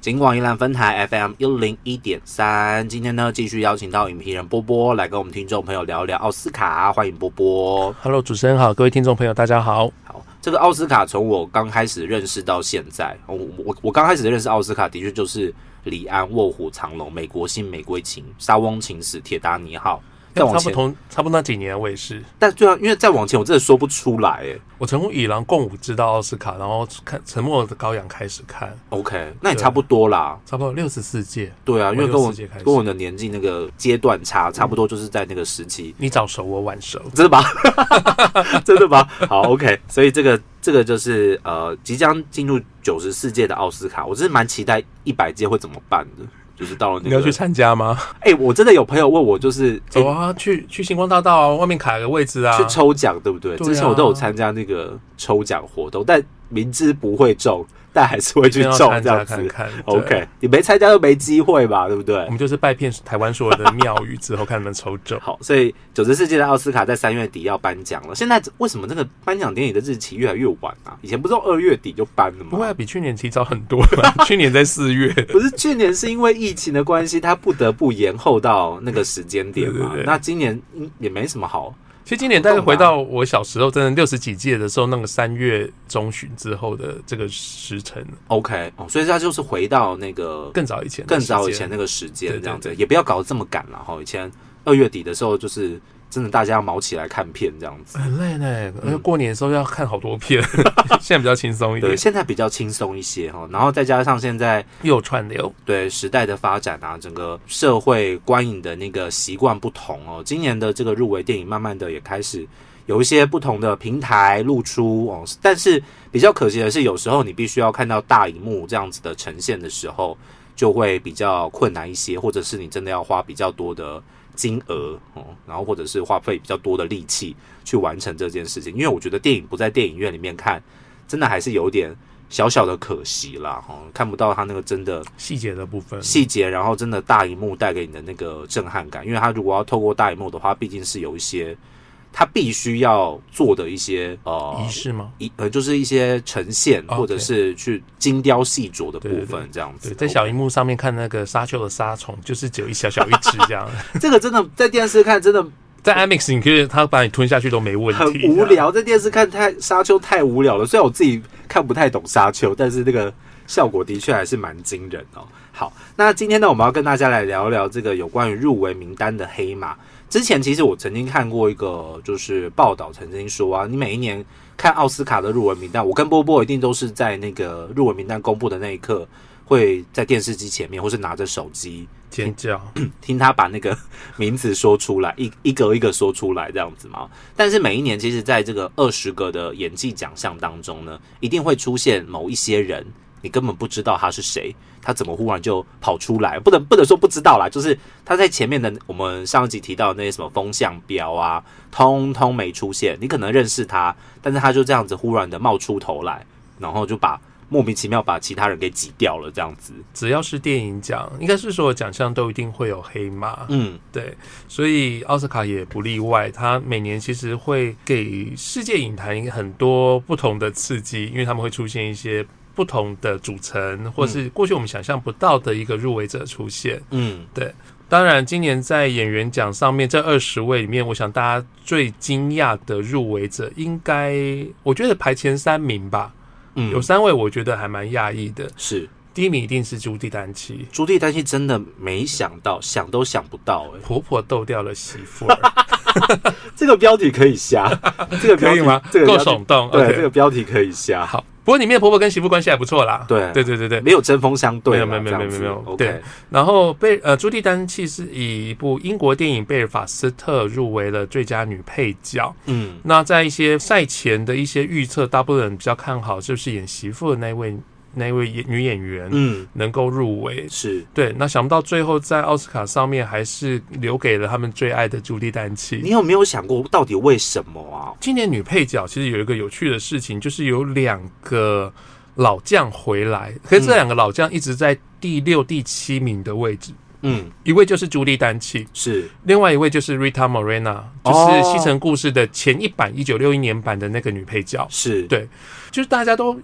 金广宜兰分台 FM 一零一点三。今天呢，继续邀请到影评人波波来跟我们听众朋友聊一聊奥斯卡，欢迎波波。 Hello，主持人好，各位听众朋友，大家好。好，这个奥斯卡从我刚开始认识到现在，哦我我我刚开始认识奥斯卡，的确就是李安、卧虎藏龙、美国新、玫瑰情、沙翁情史、铁达尼号。再往哎差不前，同，差不多那几年我也是，但对啊，因为再往前我真的说不出来哎。我从与狼共舞知道奥斯卡，然后看《沉默的羔羊》开始看， OK，那也差不多啦。差不多六十四届。对啊，因为跟我我六十届开始跟我的年纪那个阶段差差不多，就是在那个时期。你早熟，我晚熟。真的吧？ 真的吧？好，OK。所以这个这个就是呃，即将进入九十四届的奥斯卡，我真是蛮期待一百届会怎么办的。就是到了那你要个去，参加吗？哎、我真的有朋友问我，就是、哎走啊，去去星光大道啊，外面卡个位置啊。去抽奖对不对？对啊之前我都有参加那个抽奖活动，但明知不会中，但还是会去一定要中参这加样看子。看。对 OK，你没参加就没机会吧，对不对我？们就是拜遍台湾所有的庙宇之后，看能不能抽 中。好，所以九十四届的奥斯卡在三月底要颁奖了。现在为什么这个颁奖典礼的日期越来越晚啊？以前不是都二月底就颁了不会、啊、吗？比去年提早很多了， 去年在四月。不是去年是因为疫情的关系，他不得不延后到那个时间点嘛。对对对那今年嗯也没什么好，其实今年大概回到我小时候，真的六十几届的时候，那个三月中旬之后的这个时辰， OK 哦，所以他就是回到那个更早以前，更早以前，那个时间对对这样子，对也不要搞得这么赶了哈。以前二月底的时候，就是真的大家要毛起来看片这样子。很累呢。而且嗯过年的时候要看好多 片，现在比较轻松一点对，，现在比较轻松一些哈，然后再加上现在又有串流，对时代的发展啊，整个社会观影的那个习惯不同哦。今年的这个入围电影，慢慢的也开始有一些不同的平台露出哦。但是比较可惜的是，有时候你必须要看到大荧幕这样子的呈现的时候，就会比较困难一些，或者是你真的要花比较多的金额哦，然后或者是花费比较多的力气去完成这件事情。因为我觉得电影不在电影院里面看，真的还是有点。小小的可惜啦，哦，看不到他那个真的细节的部分，细节，然后真的大荧幕带给你的那个震撼感，因为它如果要透过大荧幕的话，毕竟是有一些它必须要做的一些呃仪式吗？一呃就是一些呈现 OK 或者是去精雕细琢的部对对分这样子。哦对，在小荧幕上面看那个沙丘的沙虫，就是只有一小小一只这样， 这个真的在电视看真的在 IMAX 你可以它把你吞下去都没问很题，啊无。聊，在电视看太沙丘太无聊了。虽然我自己看不太懂沙丘，但是那个效果的确还是蛮惊人哦。好，那今天呢，我们要跟大家来聊聊这个有关于入围名单的黑马。之前其实我曾经看过一个就是报道，曾经说啊，你每一年看奥斯卡的入围名单，我跟波波一定都是在那个入围名单公布的那一刻，会在电视机前面，或是拿着手机尖叫，听他把那个 名字说出来，一一个一个说出来这样子嘛。但是每一年，其实在这个二十个的演技奖项当中呢，一定会出现某一些人，你根本不知道他是谁，他怎么忽然就跑出来？不能不能说不知道啦，就是他在前面的我们上一集提到的那些什么风向标啊，通通没出现。你可能认识他，但是他就这样子忽然的冒出头来，然后就把莫名其妙把其他人给挤掉了这样子。只要是电影奖，应该是所有奖项都一定会有黑马，嗯，对，所以奥斯卡也不例外。它每年其实会给世界影坛很多不同的刺激，因为他们会出现一些不同的组成，或是过去我们想象不到的一个入围者出现。嗯，当然，今年在演员奖上面这二十位里面，我想大家最惊讶的入围者，应该我觉得排前三名吧，嗯有三位我觉得还蛮讶异的。是。第一名一定是朱蒂丹奇，朱棣丹心真的没想到，想都想不到、欸，婆婆斗掉了媳妇儿， 这个标题可以 下，这个标可题以吗？这个够标题耸动，对 OK 这个标题可以下，好，不过里面的婆婆跟媳妇关系还不错啦。对对对对对。没有针锋相对啦，没有没有这样子没有没有没有 OK，对然后贝呃朱蒂丹契是以一部英国电影《贝尔法斯特》入围了最佳女配角。嗯那在一些赛前的一些预测，大部分人比较看好就是演媳妇的那位那位演女演员嗯能够入围。是对，那想不到最后在奥斯卡上面还是留给了他们最爱的朱蒂丹契。你有没有想过到底为什么啊？今年女配角其实有一个有趣的事情，就是有两个老将回来，可是这两个老将一直在第六、第七名的位置。嗯一位就是朱莉丹契，是另外一位就是 Rita Moreno，就是哦《西城故事》的前一版一九六一年版的那个女配角。是对就是大家都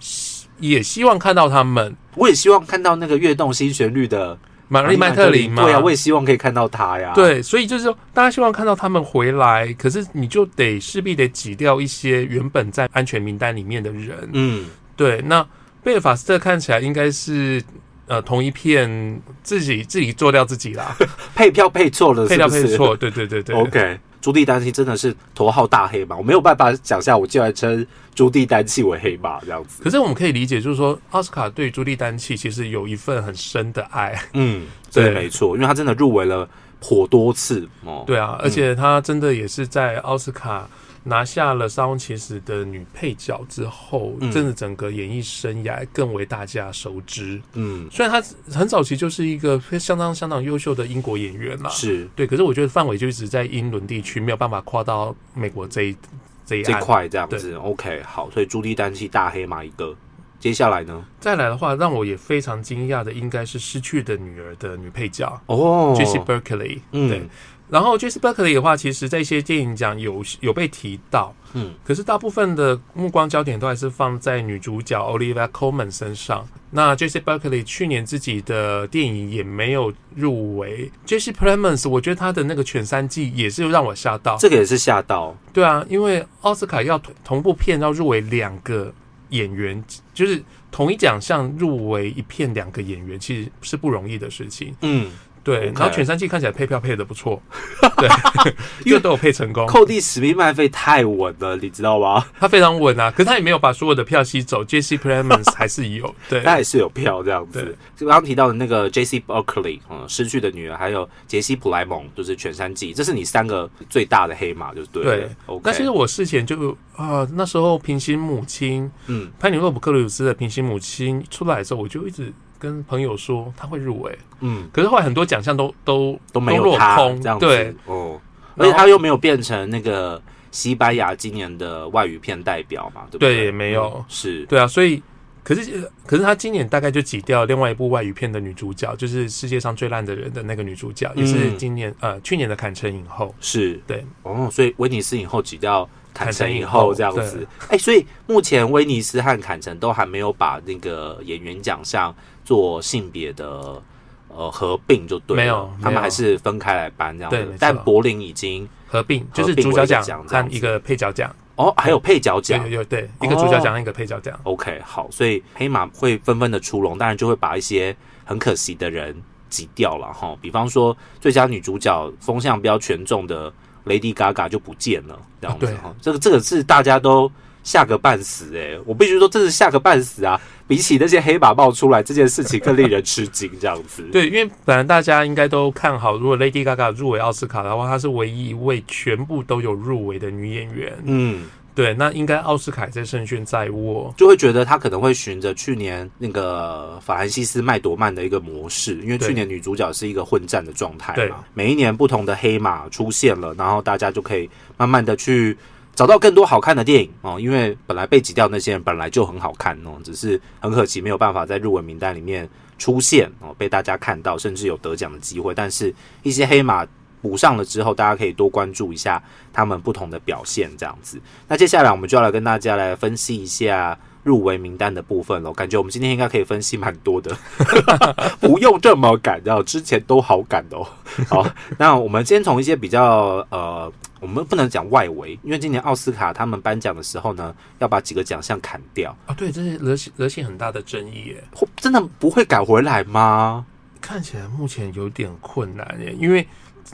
也希望看到他们我也希望看到那个跃动新旋律的玛丽麦特林嘛，对啊，我也希望可以看到他呀。，对，所以就是说大家希望看到他们回来，可是你就得势必得挤掉一些原本在安全名单里面的人。嗯，对，那贝尔法斯特看起来应该是呃同一片自己自己做掉自己 啦，配票配错了配是料不是，配错，对对对对 OK，朱棣丹气真的是头号大黑马，我没有办法想象我竟然称朱棣丹气为黑马这样子。可是我们可以理解，就是说奥斯卡对朱莉丹契其实有一份很深的爱， 嗯，对 对，没错，因为他真的入围了颇多次哦。对啊，而且她真的也是在奥斯卡拿下了沙翁骑士的女配角之后，嗯真的整个演艺生涯更为大家熟知。嗯，虽然她很早期就是一个相当相当优秀的英国演员啦，是对，可是我觉得范围就一直在英伦地区，没有办法跨到美国这一这一这岸。块这样子。OK，好，所以朱棣丹气大黑马一个。接下来呢？再来的话，让我也非常惊讶的应该是《失去的女儿》的女配角。哦 J.C. Berkeley，、对嗯，然后 J.C. Berkeley 的话，其实在一些电影奖有有被提到，嗯，可是大部分的目光焦点都还是放在女主角 Olivia Colman 身上。那 J.C. Berkeley 去年自己的电影也没有入围。J.C. Plemons，我觉得他的那个犬三季也是让我吓到。这个也是吓到。对啊，因为奥斯卡要同同部片要入围两个演员，就是同一奖项入围一片两个演员，其实是不容易的事情。嗯，对 OK 然后犬山季看起来配票配的 不错，对， 就都有配成功，寇蒂史密麦菲太稳了，你知道吗？他非常稳啊。可是他也没有把所有的票吸走，J.C. Plemons 还是有， 对，他也是有票这样子对。就刚刚提到的那个 J.C. Berkeley，嗯，失去的女儿，还有杰西·普莱蒙，就是全山记，这是你三个最大的黑马，就是对了。对 o k 那其实我事前就啊、那时候平行母亲嗯，潘尼洛普克鲁斯的平行母亲出来的时候，我就一直跟朋友说他会入围，嗯，可是后来很多奖项都都都没有落他空，这样子，对，哦，而然后且他又没有变成那个西班牙今年的外语片代表嘛，对不对对，也没有嗯是，对啊，所以可是可是他今年大概就挤掉另外一部外语片的女主角，就是世界上最烂的人的那个女主角，也是嗯今年呃去年的坎城影后。是，对，哦，所以威尼斯影后挤掉坎城影后这样坎城影子。哎、所以目前威尼斯和坎城都还没有把那个演员奖项做性别的呃合并，就对了没有他没有们还是分开来颁这样对没子错。但柏林已经合并就合是并主为角一个奖奖这样和一个配角奖，哦，还有配角对奖有。有对，一个主角奖和一个配角奖， OK，好，所以黑马会纷纷的出笼，当然就会把一些很可惜的人挤掉了哈。比方说，最佳女主角风向标权重的 Lady Gaga 就不见了，这样子啊对哈。这个这个是大家都吓个半死诶、我必须说，这是吓个半死啊！比起那些黑马冒出来，这件事情更令人吃惊，这样子。对，因为本来大家应该都看好，如果 Lady Gaga 入围奥斯卡的话，她是唯一一位全部都有入围的女演员，嗯，对，那应该奥斯卡在胜券在握，就会觉得她可能会循着去年那个法兰西斯麦朵曼的一个模式，因为对去年女主角是一个混战的状态对嘛，每一年不同的黑马出现了，然后大家就可以慢慢的去找到更多好看的电影哦，因为本来被挤掉那些人本来就很好看哦，只是很可惜没有办法在入围名单里面出现哦，被大家看到，甚至有得奖的机会，但是一些黑马。补上了之后，大家可以多关注一下他们不同的表现，这样子。那接下来我们就要来跟大家来分析一下入围名单的部分了。感觉我们今天应该可以分析蛮多的，不用 这么赶，然后之前都好赶的哦。 好，那我们先从一些比较呃，我们不能讲外围，因为今年奥斯卡他们颁奖的时候呢，要把几个奖项砍掉，啊，对，这是惹起惹起很大的争议耶。会真的不会改回来吗？看起来目前有点困难耶，因为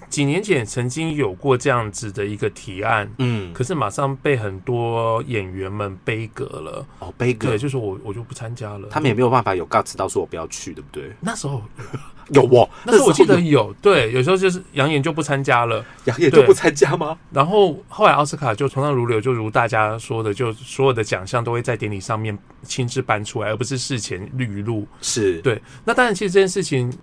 几年前曾经有过这样子的一个提案，嗯，可是马上被很多演员们杯葛了。哦，悲对，歌。就是我我就不参加了。他们也没有办法有 guts 到说我不要去，对不对？那时候，有哦，那时候我记得有有对，有时候就是扬言就不参加了。杨也对就不参加吗？然后后来奥斯卡就从上如流，就如大家说的，就所有的奖项都会在典礼上面亲自颁出来，而不是事前预录。是，对，那当然，其实这件事情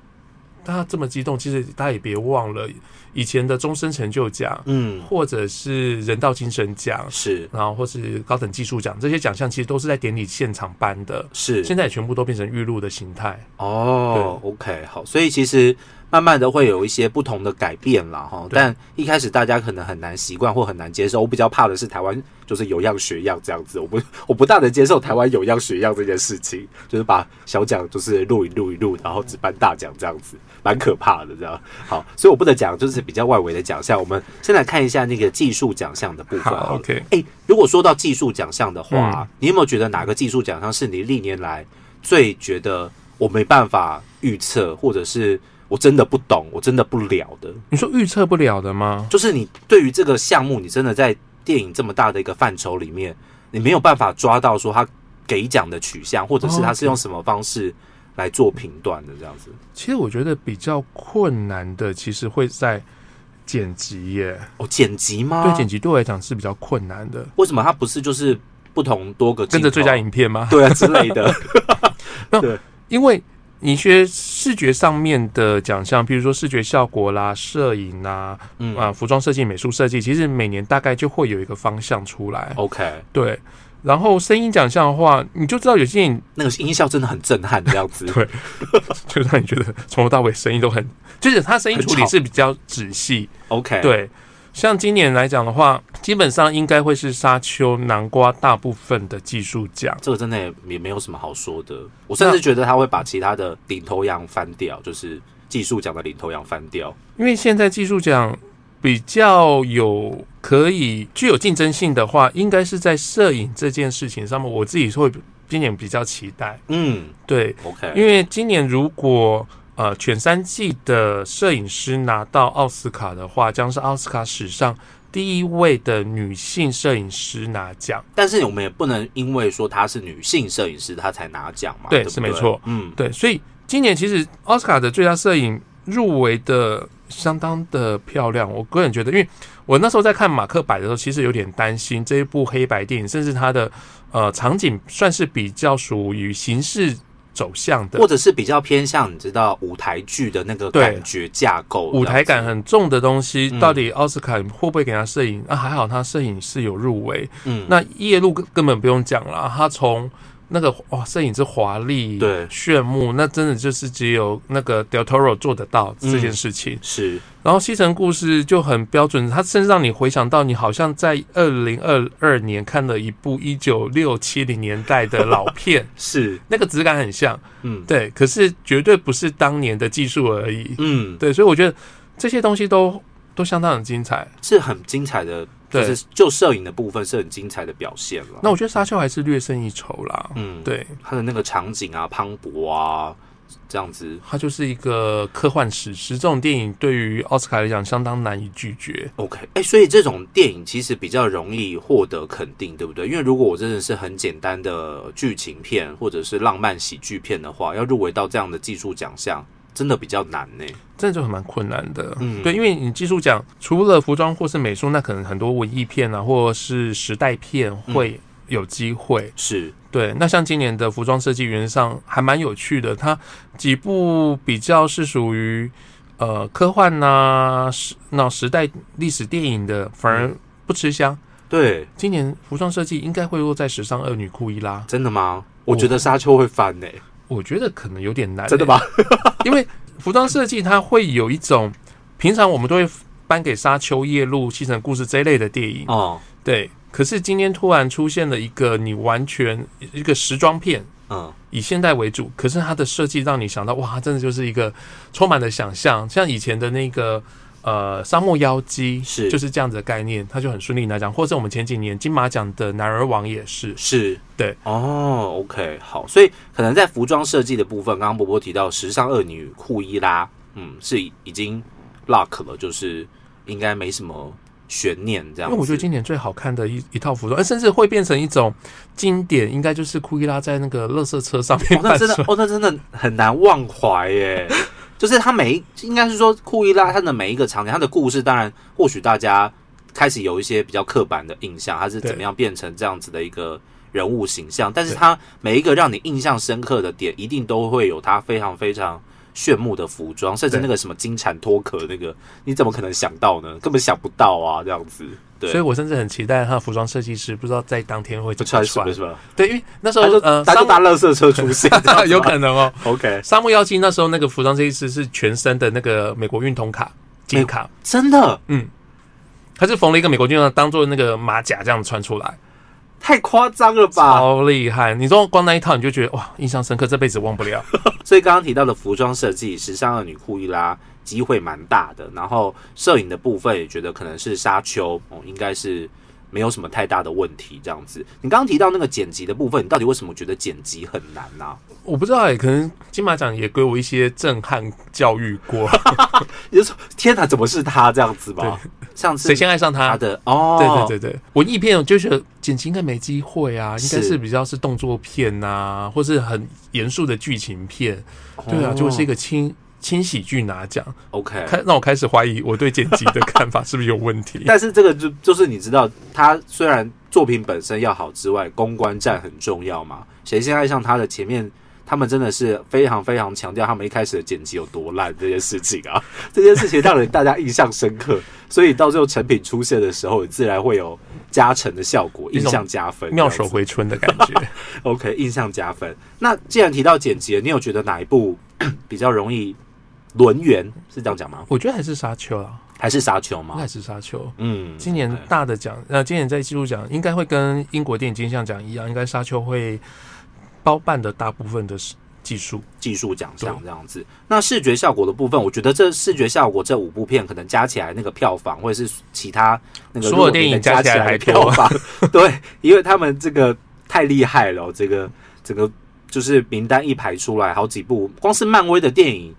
大家这么激动，其实大家也别忘了以前的终身成就奖，嗯，或者是人道精神奖，是然后或是高等技术奖，这些奖项其实都是在典礼现场颁的，是，现在也全部都变成预录的形态。哦，OK，好，所以其实慢慢的会有一些不同的改变啦，哈。但一开始大家可能很难习惯或很难接受。我比较怕的是台湾就是有样学样这样子，我不我不大能接受台湾有样学样这件事情，就是把小奖就是录一录一录，然后只颁大奖这样子，蛮可怕的这样。好，所以我不能讲就是比较外围的奖项。我们先来看一下那个技术奖项的部分好好了。 ，OK，哎、如果说到技术奖项的话，嗯你有没有觉得哪个技术奖项是你历年来最觉得我没办法预测，或者是我真的不懂，我真的不了的？你说预测不了的吗？就是你对于这个项目，你真的在电影这么大的一个范畴里面，你没有办法抓到说他给奖的取向，或者哦是他是用什么方式来做评断的这样子。其实我觉得比较困难的，其实会在剪辑耶。哦，剪辑吗？对剪辑对我来讲是比较困难的，为什么它不是就是不同多个跟镜头着最佳影片吗？对啊之类 的？因为你学视觉上面的奖项，譬如说视觉效果啦、摄影啦、嗯啊、服装设计、美术设计，其实每年大概就会有一个方向出来。 ，OK，对，然后声音奖项的话，你就知道有些人那个音效真的很震撼这样子。 就让你觉得从头到尾声音都很，就是他声音处理是比较仔细。 OK，对，像今年来讲的话，基本上应该会是沙丘、南瓜大部分的技术奖。这个真的也也没有什么好说的。我甚至觉得他会把其他的领头羊翻掉，就是技术奖的领头羊翻掉。因为现在技术奖比较有可以具有竞争性的话，应该是在摄影这件事情上面，我自己会今年比较期待。嗯对， ，OK，因为今年如果呃全三季的摄影师拿到奥斯卡的话，将是奥斯卡史上第一位的女性摄影师拿奖。但是我们也不能因为说她是女性摄影师，她才拿奖嘛。对对不对，是没错。嗯，对，所以今年其实奥斯卡的最佳摄影入围的相当的漂亮，我个人觉得，因为我那时候在看马克白的时候，其实有点担心这一部黑白电影，甚至它的呃场景算是比较属于形式走向的或，者是比较偏向你知道舞台剧的那个对感觉架构，舞台感这样很重的东西嗯，到底奥斯卡会不会给他摄影？啊，还好他摄影是有入围。子嗯，那夜路根根本不用讲了，他从那个哇，摄影之华丽、对炫目，那真的就是只有那个 Del Toro 做得到嗯这件事情。是，然后《西城故事》就很标准，它甚至让你回想到你好像在二零二二年看了一部一九六七零年代的老片 是，那个质感很像，嗯对，可是绝对不是当年的技术而已，嗯，对，所以我觉得这些东西都都相当的精彩。是很精彩的，就对是就摄影的部分是很精彩的表现了。那我觉得《沙丘》还是略胜一筹啦，嗯，对，他的那个场景啊，磅礴啊，这样子它就是一个科幻史诗，这种电影对于奥斯卡来讲相当难以拒绝。 OK，哎、所以这种电影其实比较容易获得肯定，对不对？因为如果我真的是很简单的剧情片或者是浪漫喜剧片的话，要入围到这样的技术奖项，真的比较难呢、真的就很蛮困难的。嗯对，因为你技术奖除了服装或是美术，那可能很多文艺片啊，或是时代片嗯会有机会。是，对，那像今年的服装设计原则上还蛮有趣的，它几部比较是属于呃科幻呐、时那时代历史电影的，反而嗯不吃香。对，今年服装设计应该会落在时尚恶女库伊拉，真的吗？我觉哦得沙丘会翻呢、我觉得可能有点难、真的吗？因为服装设计它会有一种，平常我们都会颁给《沙丘夜路》《西城故事》这一类的电影， 哦，对。可是今天突然出现了一个你完全一个时装片，嗯，以现代为主，可是它的设计让你想到，哇，它真的就是一个充满了想象，像以前的那个。呃，沙漠妖姬是就是这样子的概念，它就很顺利拿奖，或者我们前几年金马奖的《男儿王》也是，是，对，哦，OK，好，所以可能在服装设计的部分，刚刚波波提到时尚恶女库伊拉，嗯，是已经 lock 了，就是应该没什么悬念这样子。因为我觉得今年最好看的一一套服装，呃甚至会变成一种经典，应该就是库伊拉在那个垃圾车上 面哦，那扮真的成。哦，那真的很难忘怀耶。 就是他每一，应该是说库伊拉他的每一个场景，他的故事，当然或许大家开始有一些比较刻板的印象，他是怎么对样变成这样子的一个人物形象，但是对他每一个让你印象深刻的点，一定都会有他非常非常。炫目的服装，甚至对那个什么金蝉脱壳那个，你怎么可能想到呢？根本想不到啊，这样子。对所以我甚至很期待他的服装设计师不知道在当天会不怎穿么什穿么。是吧？对，因为那时他候就呃，他沙就漠 搭垃圾车出现，这样子有吗可能哦。 OK，沙漠妖精那时候那个服装设计师是全身的那个美国运通卡金卡，真的他是缝了一个美国军装当做那个马甲这样穿出来，太夸张了吧？超厉害！你说光那一套你就觉得哇，印象深刻，这辈子忘不 了。所以刚刚提到的服装设计，时尚恶女库伊拉机会蛮大的。然后摄影的部分也觉得可能是沙丘哦，应该是没有什么太大的问题这样子。你刚刚提到那个剪辑的部分，你到底为什么觉得剪辑很难啊呢、我不知道哎、可能金马奖也给我一些震撼教育 过。你就说天哪，怎么是他这样子吧？上次谁先爱上嗯他他？的哦，对对对对，文艺片我就觉得剪辑应该没机会啊，应该是是比较是动作片呐、或是很严肃的剧情片。对啊，就会是一个个轻轻喜剧拿奖，哦 OK。开让我开始怀疑我对剪辑的看法是不是有问题。但是这个就就是你知道，他虽然作品本身要好之外，公关战很重要嘛。谁先爱上他的前面，他们真的是非常非常强调他们一开始的剪辑有多烂这件事情啊，这件事情让人大家印象深刻，所以到最后成品出现的时候，你自然会有加成的效果，一印种象加分， 妙这手样子回春的感觉， OK，印象加分。那既然提到剪辑了，你有觉得哪一部 比较容易轮圆？是这样讲吗？我觉得还是沙丘啊，还是沙丘应该吗还？是沙丘。嗯，今年大的奖，那、今年在技术奖应该会跟英国电影金像奖一样，应该沙丘会包办的大部分的技术。技术奖项对这样子。那视觉效果的部分，我觉得这视觉效果这五部片可能加起来那个票房，或者是其他那个所入有围电影的加加起来来还的票房，对，因为他们这个太厉害了哦，这个整个就是名单一排出来，好几部，光是漫威的电影。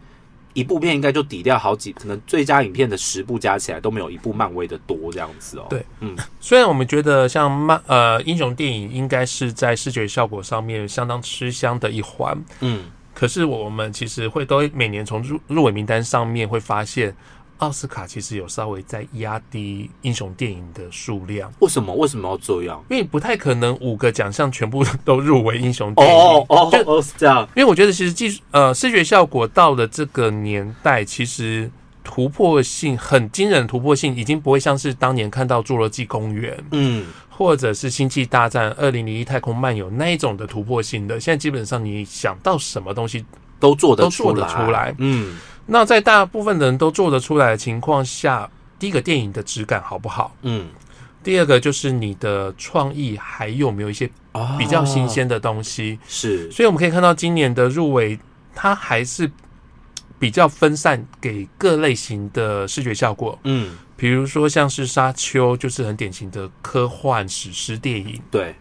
一部片应该就抵掉好几，可能最佳影片的十部加起来都没有一部漫威的多这样子哦。对嗯，虽然我们觉得像漫呃英雄电影应该是在视觉效果上面相当吃香的一环，嗯可是我们其实会都每年从入入围名单上面会发现，奥斯卡其实有稍微在压低英雄电影的数量，为什么为什么要这样？因为不太可能五个奖项全部都入围英雄哦电影。哦哦就哦，是这样。因为我觉得其实技术呃视觉效果到了这个年代，其实呃突破性很惊人，突破性已经不会像是当年看到《侏罗纪公园》嗯，或者是《星际大战》《二零零一太空漫游》那一种的突破性的。现在基本上你想到什么东西都做得都做得出来嗯，那在大部分人都做得出来的情况下，第一个电影的质感好不好？嗯，第二个就是你的创意还有没有一些哦比较新鲜的东西？是所以我们可以看到今年的入围，它还是比较分散给各类型的视觉效果，嗯比如说像是《沙丘》就是很典型的科幻史诗电影。对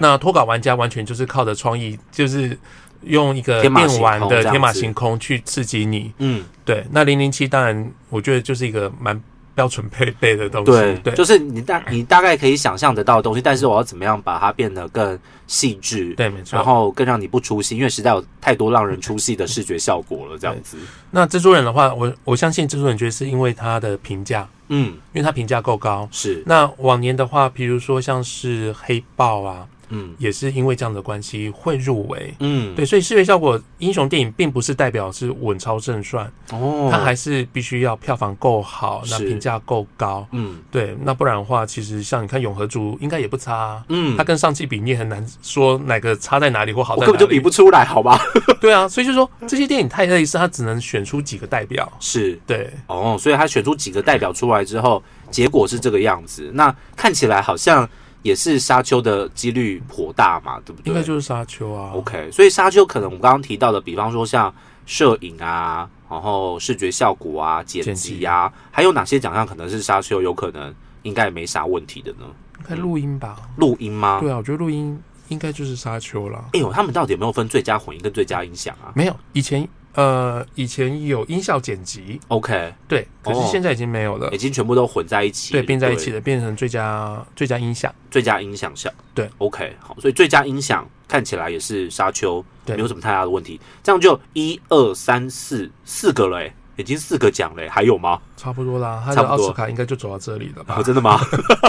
那脱稿玩家完全就是靠着创意，就是用一个天马行电玩空这的样天马子行空去刺激你。嗯对，那零零七当然，我觉得就是一个蛮标准配备的东西。对对就是你大你大概可以想象得到的东西，但是我要怎么样把它变得更细致，对没错。然后更让你不出戏，因为实在有太多让人出戏的视觉效果了，这样子。那蜘蛛人的话，我我相信蜘蛛人绝对是因为它的评价，嗯，因为它评价够高。是那往年的话，比如说像是黑豹啊，嗯也是因为这样的关系会入围。嗯对，所以视觉效果，英雄电影并不是代表是稳操胜算，哦，它还是必须要票房够好，那是评价够高。嗯对，那不然的话，其实像你看《永和族》应该也不差、啊，嗯它，跟上汽比，你也很难说哪个差在哪里或好我在哪里。根本就比不出来，好吧？ 对啊，所以就说这些电影太类似，它只能选出几个代表。是对，哦，所以他选出几个代表出来之后，结果是这个样子。那看起来好像也是沙丘的几率颇大嘛，对不对？应该就是沙丘啊。 OK，所以沙丘可能我们刚刚提到的，比方说像摄影啊，然后视觉效果啊、剪剪辑辑啊，还有哪些奖项可能是沙丘有可能应该没啥问题的呢？应该录音吧？录音吗？对啊，我觉得录音应该就是沙丘啦。哎呦，他们到底有没有分最佳混音跟最佳音响啊没有，以前呃，以前有音效剪辑， ？OK，对，可是哦现在已经没有了。已经全部都混在一起，呃对，并在一起对的变成最佳最佳音响。最佳音响上。对，OK，好，所以最佳音响看起来也是沙丘，对没有什么太大的问题。这样就一二三四四个了、欸，已经四个奖了、欸，还有吗？差不多啦，他差的不多奥斯卡应该就走到这里了吧哦，？真的 吗？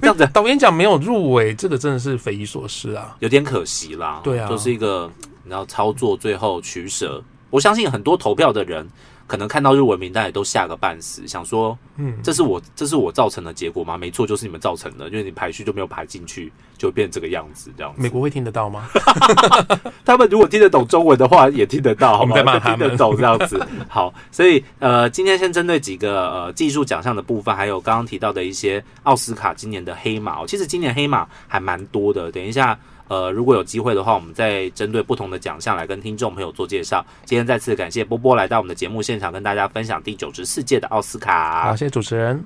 这样子导演奖没有入围，这个真的是匪夷所思啊！有点可惜啦。对啊就是一个然后操作最后取舍。我相信很多投票的人可能看到日文名单也都吓个半死，想说嗯，这是我这是我造成的结果吗？没错，就是你们造成的，因为你排序就没有排进去，就变这个样子这样子。美国会听得到吗？他们如果听得懂中文的话，也听得到，好我吗？们在骂他听们得懂这样 子。好，所以呃，今天先针对几个呃技术奖项的部分，还有刚刚提到的一些奥斯卡今年的黑马、哦。其实今年黑马还蛮多的，等一下。呃，如果有机会的话，我们再针对不同的奖项来跟听众朋友做介绍。今天再次感谢波波来到我们的节目现场，跟大家分享第九十四届的奥斯卡。好，谢谢主持人。